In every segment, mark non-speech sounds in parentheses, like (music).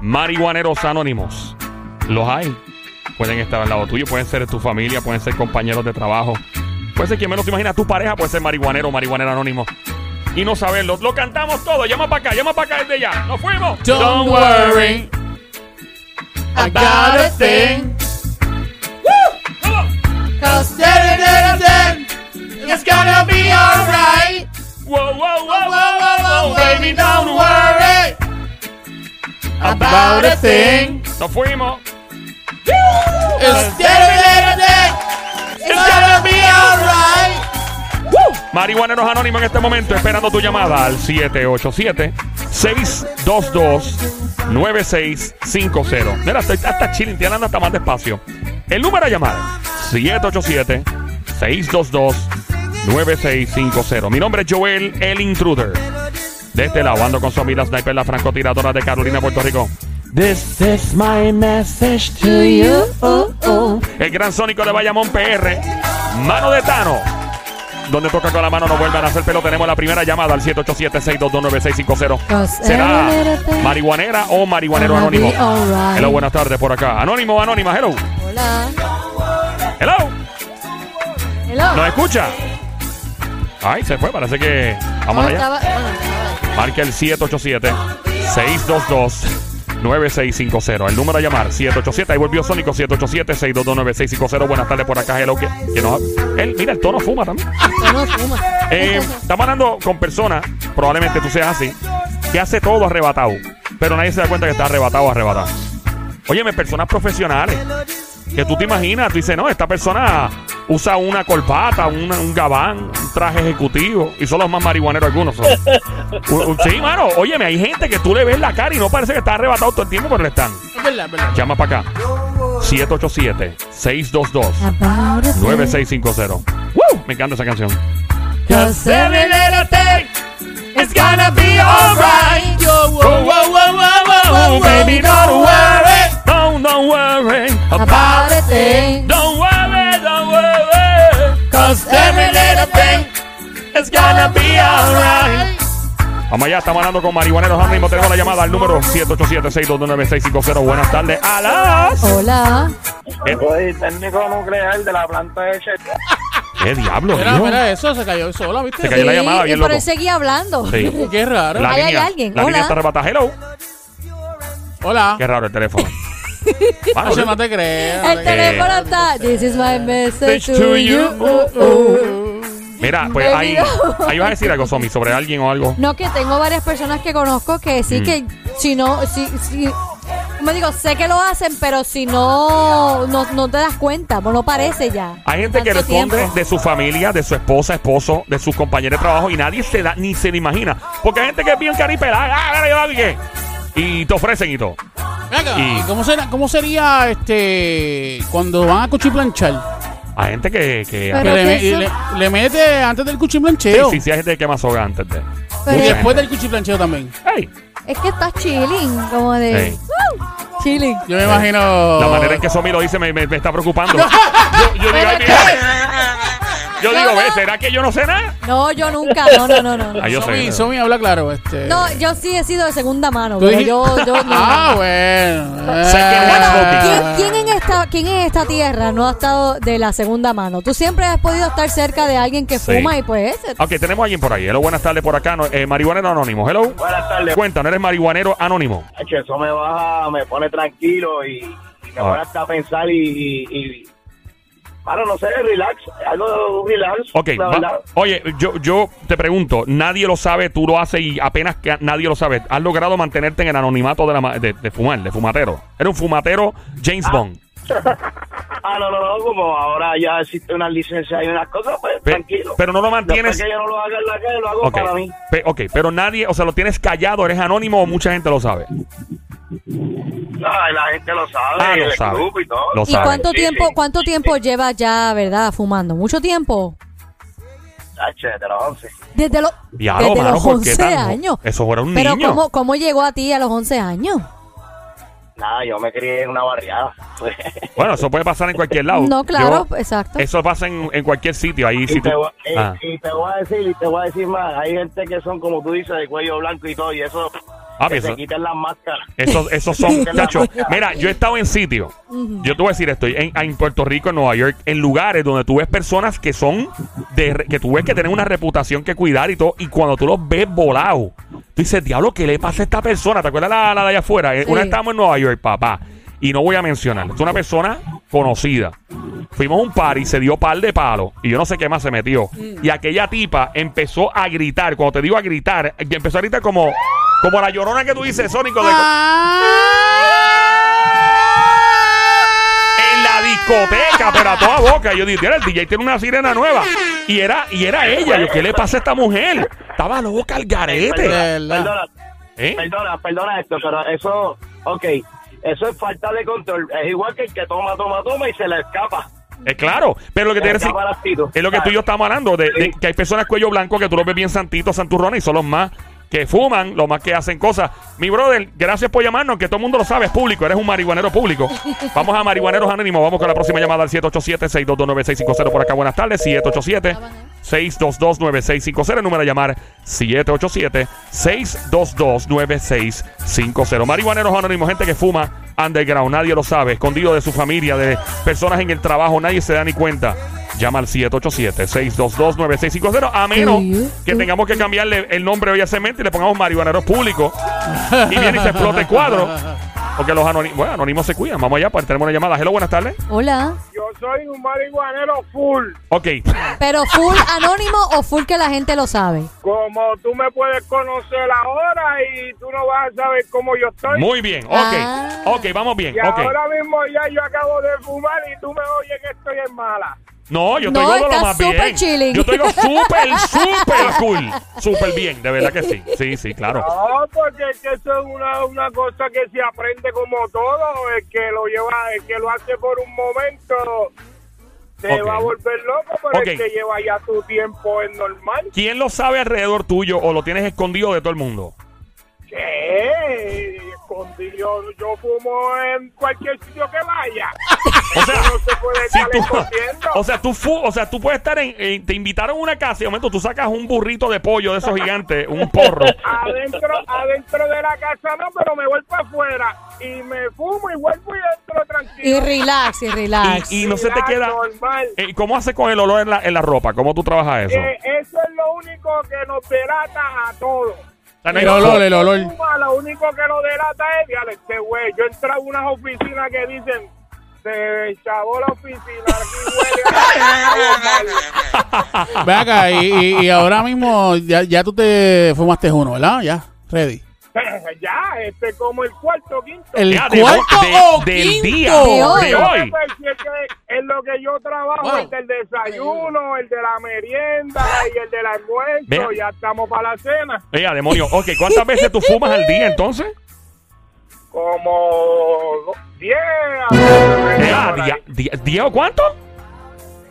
Marihuaneros anónimos. Los hay. Pueden estar al lado tuyo, pueden ser tu familia, pueden ser compañeros de trabajo. Puede ser quien menos te imagina, tu pareja puede ser marihuanero o marihuanera anónimo. Y no saberlo. Lo cantamos todo. Llama para acá, llama para acá desde ya. ¡Nos fuimos! Don't worry. I got a thing. ¡Vamos! Cause then and then, it's gonna be alright. Wow, wow, Whoa, wow, wow, whoa, wow, whoa, baby, don't worry about a thing. Nos fuimos. It's then and then, it's gonna be alright. Marihuaneros Anónimos en este momento, esperando tu llamada al 787-622-9650. Mira, estoy hasta chilling, estoy hablando hasta más despacio. El número a llamar, 787-622-9650. Mi nombre es Joel, el intruder. De este lado, ando con su amiga Sniper, la francotiradora de Carolina, Puerto Rico. This is my message to you. El gran sónico de Bayamón PR. Mano de Tano. Donde toca con la mano no vuelvan a hacer pelo. Tenemos la primera llamada al 787-622-9650. Será marihuanera o marihuanero anónimo. Hello, buenas tardes por acá. Anónimo, anónima, hello. Hola. Hello. Hello. ¿Nos escucha? Ay, se fue, parece que. Vamos ¿Cómo allá. Ah, estaba? Bueno, estaba- Marca el 787-622-9650. El número a llamar, 787. Ahí volvió Sónico, 787-622-9650. Buenas tardes por acá, hello. Que, que nos- él, mira, el tono fuma también. esto no fuma. Eh, estamos hablando con personas, probablemente tú seas así, que hace todo arrebatado, pero nadie se da cuenta que está arrebatado o arrebatado. Óyeme, personas profesionales, que tú te imaginas, tú dices, no, esta persona usa una corbata, una- un gabán, un traje ejecutivo, y son los más marihuaneros algunos. son. U- u- sí, mano, óyeme, hay gente que tú le ves la cara y no parece que está arrebatado todo el tiempo, pero le están. Es verdad, es verdad. Llama para acá. 787-622-9650. About a thing. ¡Woo! Me encanta esa canción. Cause every little thing is gonna be alright. Yo, whoa, whoa, whoa, whoa, whoa, baby, don't worry Don't, don't worry. About a thing. Don't worry, don't worry. Cause every little thing It's gonna be alright. alright. Vamos allá, estamos hablando con marihuaneros. Ahora mismo tenemos la llamada al número 787-629-650. Buenas tardes. ¡Alas! Hola. Soy Pues, técnico nuclear de la planta de Shell. ¡Qué diablo, Mira, hijo? mira, eso se cayó sola, ¿viste? Se cayó la llamada, bien y pero loco. él seguía hablando. Sí. Qué raro. La Ahí hay línea, alguien, La hola. línea está arrebatada. Hello. Hola. Qué raro el (laughs) teléfono. Mano, Nacho, no te crees. El teléfono está. This is my message Message to to you. you. Uh. mira, pues Me ahí, miró. ahí vas a decir algo, Somi, sobre alguien o algo. No, que tengo varias personas que conozco que sí Mm. que si no, si, si me digo, sé que lo hacen, pero si no, no, no te das cuenta, pues no parece ya. Hay gente que Tanto responde tiempo. de su familia, de su esposa, esposo, de sus compañeros de trabajo y nadie se da ni se le imagina. Porque hay gente que es bien caripelada. Ah, mira, yo la vi que- Y te ofrecen y todo. Venga, Y- ¿y cómo será, cómo sería este cuando van a cuchiplanchar? Hay gente que. que Pero- Que le, me- que eso- le, le mete antes del cuchiplancheo. sí, sí, hay gente que quema soga antes de. Y Pero Mucha después gente. del cuchiplancheo también. Ey, es que estás chilling, como de Sí. "Uh, chilling. Yo me imagino. La manera en que Somi lo dice me, me- me está (laughs) preocupando. yo, yo digo, ay, mira. Yo No, digo, no. "Ve, ¿será que yo no sé nada? No, yo nunca, no, no, no, no. no. Ah, yo sé. Somi, Somi habla claro. Este, No, yo sí he sido de segunda mano, Tú pero dijiste- (laughs) yo, yo no. Ah, bueno. Second hand Bueno, ¿quién, quién en esta, ¿Quién en esta tierra no ha estado de la segunda mano? Tú siempre has podido estar cerca de alguien que Sí. Ah, fuma y pues... Ok, tenemos a alguien por ahí. Hello, buenas tardes por acá. No- eh, marihuanero anónimo. Hello. Buenas tardes. Cuenta, no eres marihuanero anónimo. H, eso me baja, me pone tranquilo y, y me Ah. pone hasta a pensar y... y, y- Mano, no sé, relax, algo de relax. Ok, la va- verdad. oye, yo, yo te pregunto, nadie lo sabe, tú lo haces y apenas que nadie lo sabe. ¿Has logrado mantenerte en el anonimato de, la ma- de, de fumar, de fumatero? Era un fumatero James Bond. Ah, no, no, no, como ahora ya existe unas licencias y unas cosas, pues Pe- tranquilo. pero no lo Después mantienes... que yo no lo haga en la calle, lo hago Ok, para mí. pe- ok, pero nadie, o sea, lo tienes callado, eres anónimo o mucha gente lo sabe. No, y la gente lo sabe, Ah, lo el sabe. grupo y todo. Lo ¿Y sabe. cuánto Sí, tiempo, sí. cuánto tiempo lleva ya, verdad, fumando? ¿Mucho tiempo? H, de los 11. Desde, lo- Diablo, desde mano, los ¿por qué 11 tan jo- años. Eso era un Pero niño. ¿cómo, ¿cómo llegó a ti a los 11 años? Nah, Nada, yo me crié en una barriada. pues. Bueno, eso puede pasar en cualquier lado. No, claro, Yo- exacto. Eso pasa en, en cualquier sitio. Ahí si y, tú. te, voy- eh, y- Ah. y te voy a decir, y te voy a decir más, hay gente que son como tú dices, de cuello blanco y todo, y eso, Ah, que eso- se quitan las máscaras. Esos, esos son, chacho. Mira, yo he estado en sitios. Yo te voy a decir esto. En, en Puerto Rico, en Nueva York, en lugares donde tú ves personas que son. De, re- que tú ves que tienen una reputación que cuidar y todo. Y cuando tú los ves volados, tú dices, diablo, ¿qué le pasa a esta persona? ¿Te acuerdas la, la de allá afuera? Eh, Una Sí. estábamos en Nueva York, papá. Y no voy a mencionar. Es una persona conocida. Fuimos a un par y se dio par de palos. Y yo no sé qué más se metió. Y aquella tipa empezó a gritar. Cuando te digo a gritar, que empezó a gritar como. Como la llorona que tú dices, Sónico. De, Ah. en la discoteca, pero a toda boca. Yo dije, "Mira, el DJ tiene una sirena nueva. Y era, y era ella. Yo, ¿qué le pasa a esta mujer? Estaba loca al garete. verdad. Perdona, ¿Eh? perdona, perdona esto, pero eso, ok, eso es falta de control. Es igual que el que toma, toma, toma y se le escapa. Eh, claro, pero lo que te quiero Está decir baratito. es lo que tú y yo estamos hablando, de, de que hay personas cuello blanco que tú los ves bien santitos, santurrones, y son los más que fuman, los más que hacen cosas. Mi brother, gracias por llamarnos, que todo el mundo lo sabe, es público, eres un marihuanero público. Vamos a Marihuaneros Anónimos, vamos con la próxima llamada al 787-622-9650 por acá, buenas tardes, 787-622-9650, el número a llamar 787-622-9650. Marihuaneros Anónimos, gente que fuma underground, nadie lo sabe, escondido de su familia, de personas en el trabajo, nadie se da ni cuenta. Llama al 787-622-9650, a menos que tengamos que cambiarle el nombre hoy a cemento y le pongamos marihuaneros públicos y viene y se explota el cuadro. Porque los anónimos, bueno, anónimos se cuidan. Vamos allá, pues tenemos una llamada. Hello, buenas tardes. Hola. Yo soy un marihuanero full. Ok. Pero full anónimo o full que la gente lo sabe. Como tú me puedes conocer ahora y tú no vas a saber cómo yo estoy. Muy bien, ok. Ah. Ok, vamos bien, y ok. ahora mismo ya yo acabo de fumar y tú me oyes que estoy en mala. No, yo No, estoy gordo lo estás más súper bien. chilling. Yo estoy lo (laughs) súper, súper cool. Súper bien, de verdad que sí. Sí, sí, claro. No, porque es que eso es una, una cosa que se aprende como todo. El que lo lleva, el que lo hace por un momento se Ok. va a volver loco, pero Ok. el que lleva ya tu tiempo es normal. ¿Quién lo sabe alrededor tuyo o lo tienes escondido de todo el mundo? ¿Qué? Escondido. Yo fumo en cualquier sitio que vaya. (laughs) O sea, no se puede si estar tú, escondiendo. o sea, tú fu- o sea, tú puedes estar en, en- te invitaron a una casa y de momento tú sacas un burrito de pollo de esos gigantes, un porro. adentro, adentro de la casa no, pero me voy para afuera y me fumo y vuelvo y entro tranquilo. Y relax, y relax. Y, y no se te Relax, queda. normal. Eh, ¿Cómo hace con el olor en la, en la ropa? ¿Cómo tú trabajas eso? Eh, eso es lo único que nos delata a todos. O sea, no hay El olor, el olor. Cuba, lo único que nos delata es, diablo, este güey. Yo entro a unas oficinas que dicen, se chavó la oficina, aquí huele a- Ve acá, y, y- y ahora mismo ya, ya tú te fumaste uno, ¿verdad? Ya, ready. ya, este es como el cuarto, quinto. El Ya, de- cuarto de- o del quinto. día. De hoy. De hoy. Pues, si es que en lo que yo trabajo, Wow. el del desayuno, el de la merienda y el del almuerzo, Vea. ya estamos para la cena. Ella, demonio. Ok, (laughs) ¿cuántas veces tú fumas al día entonces? Como 10 Ea, a día- día- ¿Día o cuánto?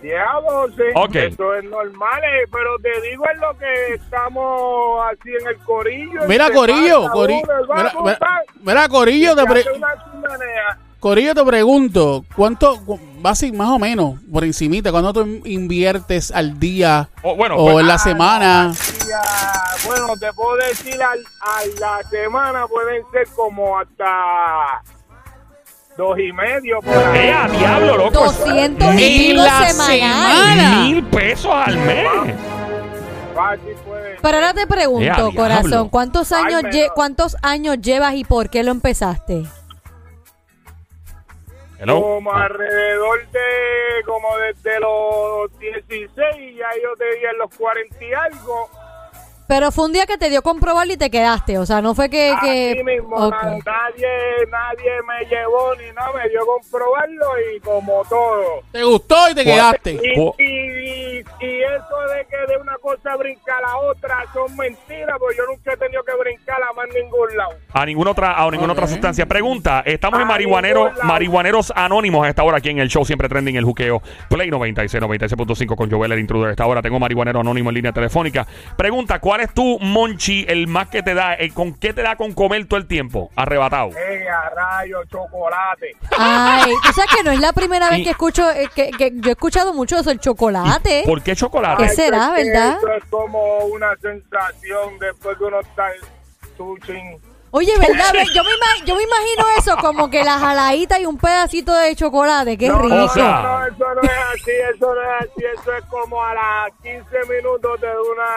10 a 12. Ok. Eso es normal, eh, pero te digo es lo que estamos así en el corillo. Mira, Este Corillo, pasa, Corillo. uno, va a Mira, mira- gustar, mira, Corillo, te, se pre- hace una chimenea. Corillo, te pregunto, ¿cuánto, cu- basi- más o menos, por encimita, cuánto tú inviertes al día O, bueno, o pues, en la semana? Ya, bueno, te puedo decir al- a la semana pueden ser como hasta dos y medio por ahí. ea, diablo, loco. 200 y En pico la semanal. semana. Mil pesos al mes. Fácil, pues. Pero ahora te pregunto, Ya, diablo. corazón, ¿cuántos Ay, años, me lle- lo- ¿cuántos años llevas y por qué lo empezaste? Hello. Ah. Como alrededor de como desde los 16 ya yo tenía en los 40 y algo. Pero fue un día que te dio comprobarlo y te quedaste. O sea, no fue que. que- Así mismo, ok. na- nadie, nadie me llevó ni nada, me dio comprobarlo y como todo. ¿Te gustó y te Pues, quedaste? Y, Cu- y- y- y eso de que de una cosa brinca a la otra son mentiras, porque yo nunca he tenido que brincar a más ningún lado. A ninguna otra, a ninguna otra sustancia. Pregunta, estamos en A marihuanero, ningún lado. marihuaneros anónimos a esta hora aquí en el show, siempre trending el juqueo. Play 96, 96.5 con Joel el intruder a esta hora. Tengo marihuanero anónimo en línea telefónica. Pregunta, ¿cuál ¿Cuál es tu monchi, el más que te da? El, ¿Con qué te da con comer todo el tiempo? Arrebatado. ¡Eh, a rayo, chocolate! Ay, tú sabes que no es la primera Y- vez que escucho, eh, que, que yo he escuchado mucho eso, el chocolate. ¿Por qué chocolate? ¿Qué será, Esto es que verdad? Esto pues, es como una sensación después de uno estar sushi. Oye, ¿verdad? Ve, Yo me, ima- yo me imagino eso como que la jaladita y un pedacito de chocolate, qué no, O rico. sea. No, no, eso no es así, eso no es así. Eso es como a las 15 minutos de una,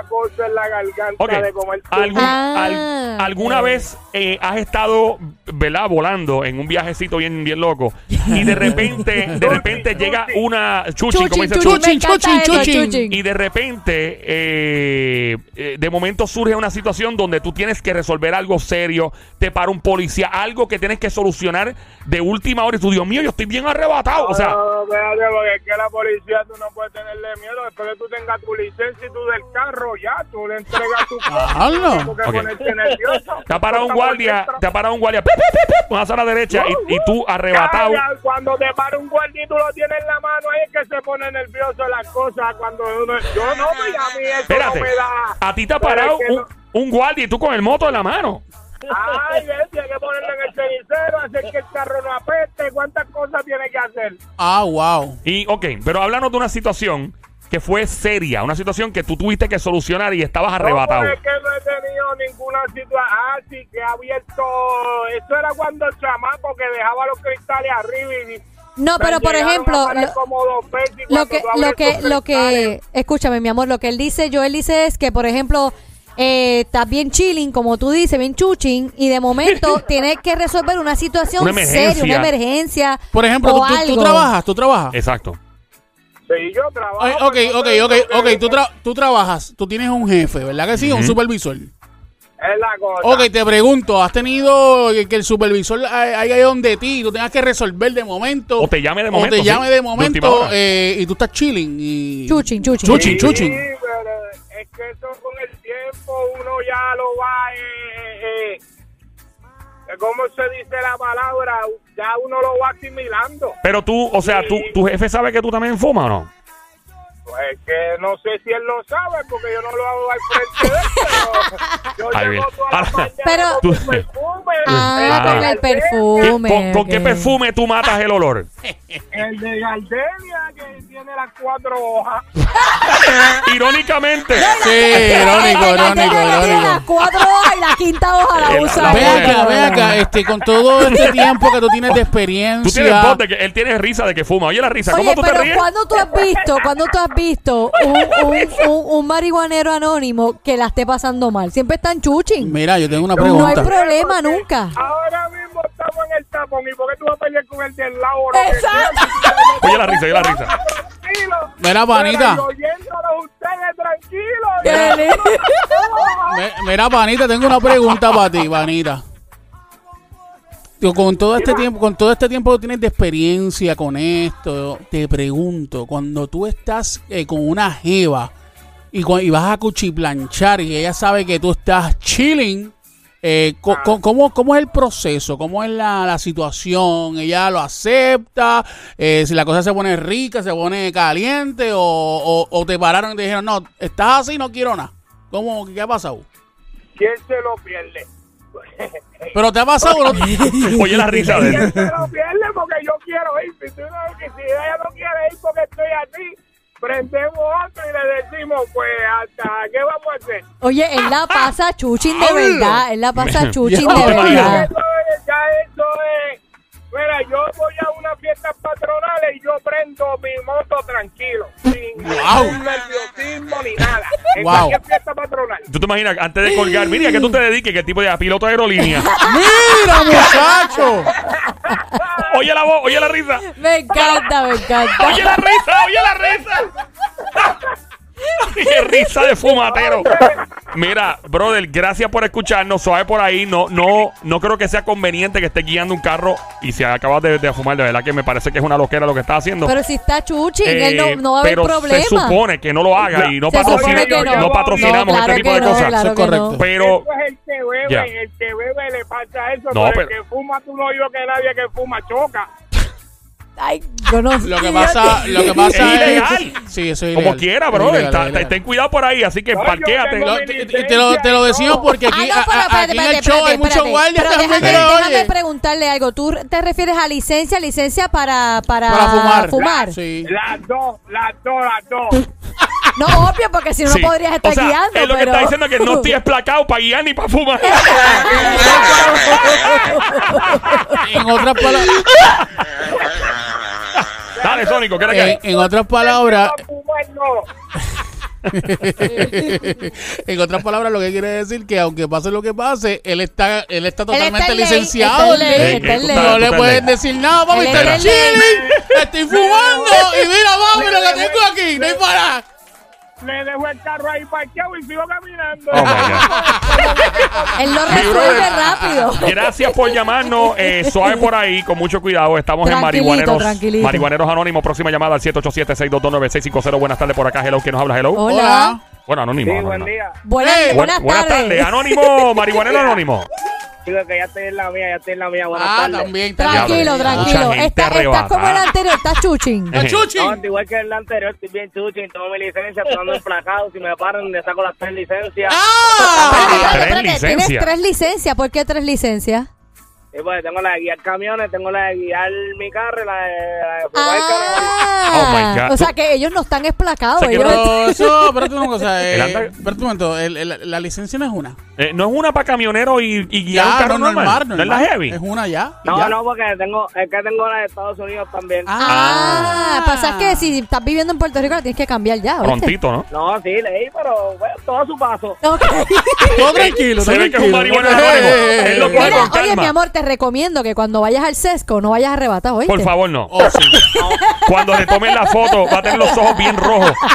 una cosa en la garganta Ok. de comer. ¿Algún- Ah, al- ¿Alguna ok. vez eh, has estado, ¿verdad? Volando en un viajecito bien, bien loco y de repente, de repente Chuchi, llega chuchi. una chuchi, Chuchin, como dice chuchin, Chuchi, me encanta chuchin, eso, chuchin. chuchin. y de repente, eh, eh, de momento surge una situación donde tú tienes que resolver algo serio, te para un policía, algo que tienes que solucionar de última hora y tú, Dios mío, yo estoy bien arrebatado, o sea, No, no, no, espérate, porque es que la policía tú no puedes tenerle miedo. Después que tú tengas tu licencia y tú del carro, ya, tú le entregas (laughs) tu carro. Hablo. No tienes que Ok. ponerte nervioso. te ha parado un Porque guardia, cualquier te ha parado un guardia, ¡pip, pip, pip, pip! una sala derecha y, y tú arrebatado. Calla, Cuando te para un guardia y tú lo tienes en la mano, ahí es que se pone nervioso las cosas. Cuando uno, yo no me a mí eso Espérate, no me da. a ti te ha Pero parado es que un, no- un guardia y tú con el moto en la mano. Ay, ves, tiene que ponerlo en el cenicero, hacer que el carro no apeste. ¿Cuántas cosas tiene que hacer? Ah, wow. Y, ok, pero háblanos de una situación que fue seria, una situación que tú tuviste que solucionar y estabas arrebatado. No, pues, es que no he tenido ninguna situación así que ha abierto. Eso era cuando el chamaco que dejaba los cristales arriba y. No, pero por Llegaron a ejemplo, parar lo- como dos veces y lo cuando que tú abres lo que esos lo cristales, que escúchame mi amor lo que él dice Joel dice es que por ejemplo eh, estás bien chilling como tú dices bien chuching y de (laughs) momento tienes que resolver una situación Una seria una emergencia. emergencia Por ejemplo, o tú, tú- tú algo. trabajas, tú trabajas. Exacto. Sí, yo trabajo. Ay, ok, pero no ok, te- ok, no ok. te- Tú, tra- tú trabajas, tú tienes un jefe, ¿verdad que sí? Un supervisor. Es la cosa. Ok, te pregunto, ¿has tenido que que el supervisor ha- haya ido donde ti y tú tengas que resolver de momento? O te llame de momento, O te sí, llame de de última momento hora. eh, y tú estás chilling. Y... chuching chuching Chuching. Sí, pero es que eso con el tiempo uno ya lo va. Eh, eh, eh, ¿Cómo se dice la palabra? Ya uno lo va asimilando. Pero tú, o sea, tú, tu jefe sabe que tú también fumas o no. Pues que no sé si él lo sabe porque yo no lo hago al frente de él, pero yo Ahí llego viene. todas las Ahora- mañanas Pero- con mi perfume, ah Ah. con el Gardenia, ¿Qué- perfume ¿Con, con qué ok. perfume tú matas el olor? El de Gardenia que tiene las cuatro hojas. Irónicamente. Sí, (laughs) (laughs) Ay, irónico, ay, ay, irónico, ay, ay, irónico. las cuatro hojas y la quinta hoja El- la usa Ve la- acá, Bueno. ve acá, este, con todo este tiempo que tú tienes de experiencia. Tú tienes voz de que él tiene risa de que fuma. Oye, la risa, ¿cómo Oye, tú te pero ríes? ¿cuándo tú has visto, cuándo tú has visto un, un- un- un marihuanero anónimo que la esté pasando mal? Siempre están chuching. Mira, yo tengo una No hay pregunta. problema nunca. Ahora mismo estamos en el tapón y ¿por qué tú vas a pelear con el del lado? (laughs) bro? Exacto. Oye, la risa, oye, la risa. Tranquilo. Mira, panita. Pero oyéndolos ustedes tranquilos. "Ah, Qué lindo. Me- Mira, Vanita, tengo una pregunta para ti, Vanita. Tío, con todo este tiempo, con todo este tiempo que tienes de experiencia con esto, te pregunto, cuando tú estás eh, con una jeva y, cu- y vas a cuchiplanchar y ella sabe que tú estás chilling, eh, co- co- ¿cómo, cómo es el proceso? ¿Cómo es la, la situación? ¿Ella lo acepta? Eh, si la cosa se pone rica, se pone caliente, o, o- o te pararon y te dijeron, no, estás así, no quiero nada. ¿Cómo, ¿Qué ha pasado? ¿Quién se lo pierde? (laughs) Pero te ha pasado. (laughs) ¿no? Oye, la risa de (laughs) ¿Quién él. se lo pierde? Porque yo quiero ir. Si, tú no, que si ella no quiere ir porque estoy aquí, prendemos otro y le decimos, pues, ¿hasta qué vamos a hacer? Oye, él la pasa chuchin de verdad. Él la pasa chuchin Ya, de te verdad. Eso es, ya eso es. Mira, yo voy a unas fiestas patronales y yo prendo mi moto tranquilo, sin Guau. ningún nerviosismo ni nada. En Guau. cualquier fiesta patronal. ¿Tú te imaginas, antes de colgar, mira que tú te dediques, que el tipo de piloto de aerolínea. ¡Mira, muchacho! Oye la voz, oye la risa. Me encanta, me encanta. Oye la risa, oye la risa. Qué risa de fumatero. Mira, brother, gracias por escucharnos. Suave por ahí. No, no, no creo que sea conveniente que esté guiando un carro y se acabas de, de fumar. De verdad que me parece que es una loquera lo que está haciendo. Pero si está chuchin, Eh, él no, no va a haber pero problema. se supone que no lo haga y no, Se patrocina- supone que no. no patrocinamos No, claro este tipo que de no, cosas. claro Eso es que no. correcto. Pero Eso es el que bebe, Ya. el que bebe le pasa eso, No, pero, pero- el que fuma tú no yo que nadie que fuma choca. Ay, yo no Lo que pasa, lo que pasa Es es. ilegal. Sí, eso es Como ilegal. quiera, Es bro. ilegal, Está- es ilegal. está- Ten cuidado por ahí, así que No, yo parquéate. tengo- Lo- te, te- te lo, te lo decimos porque Ah, aquí, no, pero a- a- espérate, aquí en el espérate, show hay espérate, muchos espérate. guardias Pero también que déjame, lo déjame oyen. preguntarle algo. ¿Tú te refieres a licencia, licencia para, para, Para fumar. Ah, fumar? Sí. Las dos, las dos, las dos. No, obvio, porque si no, Sí. no podrías estar o sea, guiando. Es lo que pero- está diciendo que no (laughs) estoy esplacado para guiar ni para fumar. En otras palabras, Dale, Sónico, ¿qué era que en, eh, en otras palabras, Bueno, (laughs) en otras palabras, lo que quiere decir que aunque pase lo que pase, él está, él está está totalmente en ley, licenciado. está en ley, ¿eh? está en ley. No Está le en pueden ley. decir nada, papi, Él estoy está en en chilling, estoy fumando y mira, mami, lo que tengo aquí, no hay para. le dejo el carro ahí parqueado y sigo caminando. Oh, my God. Él lo Mi brother, resuelve rápido. Gracias por llamarnos. Eh, suave por ahí, con mucho cuidado. Estamos en Tranquilito, Marihuaneros. tranquilito. Marihuaneros Anónimos. Próxima llamada al 787-622-9650. Buenas tardes por acá. Hello, ¿quién nos habla? Hello. Hola. Bueno, anónimo. Sí, anónimo. buen día. Buenas, Hey, Buena- buenas, tardes. Anónimo, marihuanero (laughs) anónimo. Digo que ya estoy en la mía, ya estoy en la mía. Buenas Ah, tardes. también, también. Tranquilo, Diablo, tranquilo. mucha gente Está- Estás como el arrebatada. Eh, anterior, estás chuchín. Ah, Chuchi. No, igual que el anterior, estoy bien chuchi, tomo mi licencia, estoy andando emplacado, si me paran le saco las tres licencias. ¡Ah! (laughs) tres Espérate, espérate, Tienes licencias. tres licencias. ¿Por qué tres licencias? Y bueno, tengo la de guiar camiones, tengo la de guiar mi carro y la de, la de jugar carro. Ah, Oh, my God. o sea que ellos no están esplacados. O sea, que ellos- Pero eso, espérate una cosa. eh, El anda- espérate un momento, el- el- la licencia no es una. Eh, no es una para camionero y, y guiar un carro normal. No es la heavy. Es Ah, una ya. y No, ya. no, porque tengo, es que tengo la de Estados Unidos también. Ah, Ah. pasa que si estás viviendo en Puerto Rico la tienes que cambiar ya. ¿oíste? Prontito, ¿no? No, sí, leí, pero bueno, todo a su paso. (laughs) Ok. Todo tranquilo, Se ve que es un tranquilo. marihuana anónimo. Eh, eh, (laughs) Él lo eh, coge eh. con Mira, oye, calma. mi amor, te recomiendo que cuando vayas al sesco no vayas arrebatado, ¿oíste? Por favor, no. Oh, sí. Cuando le (laughs) tomen la foto, va a tener los ojos bien rojos.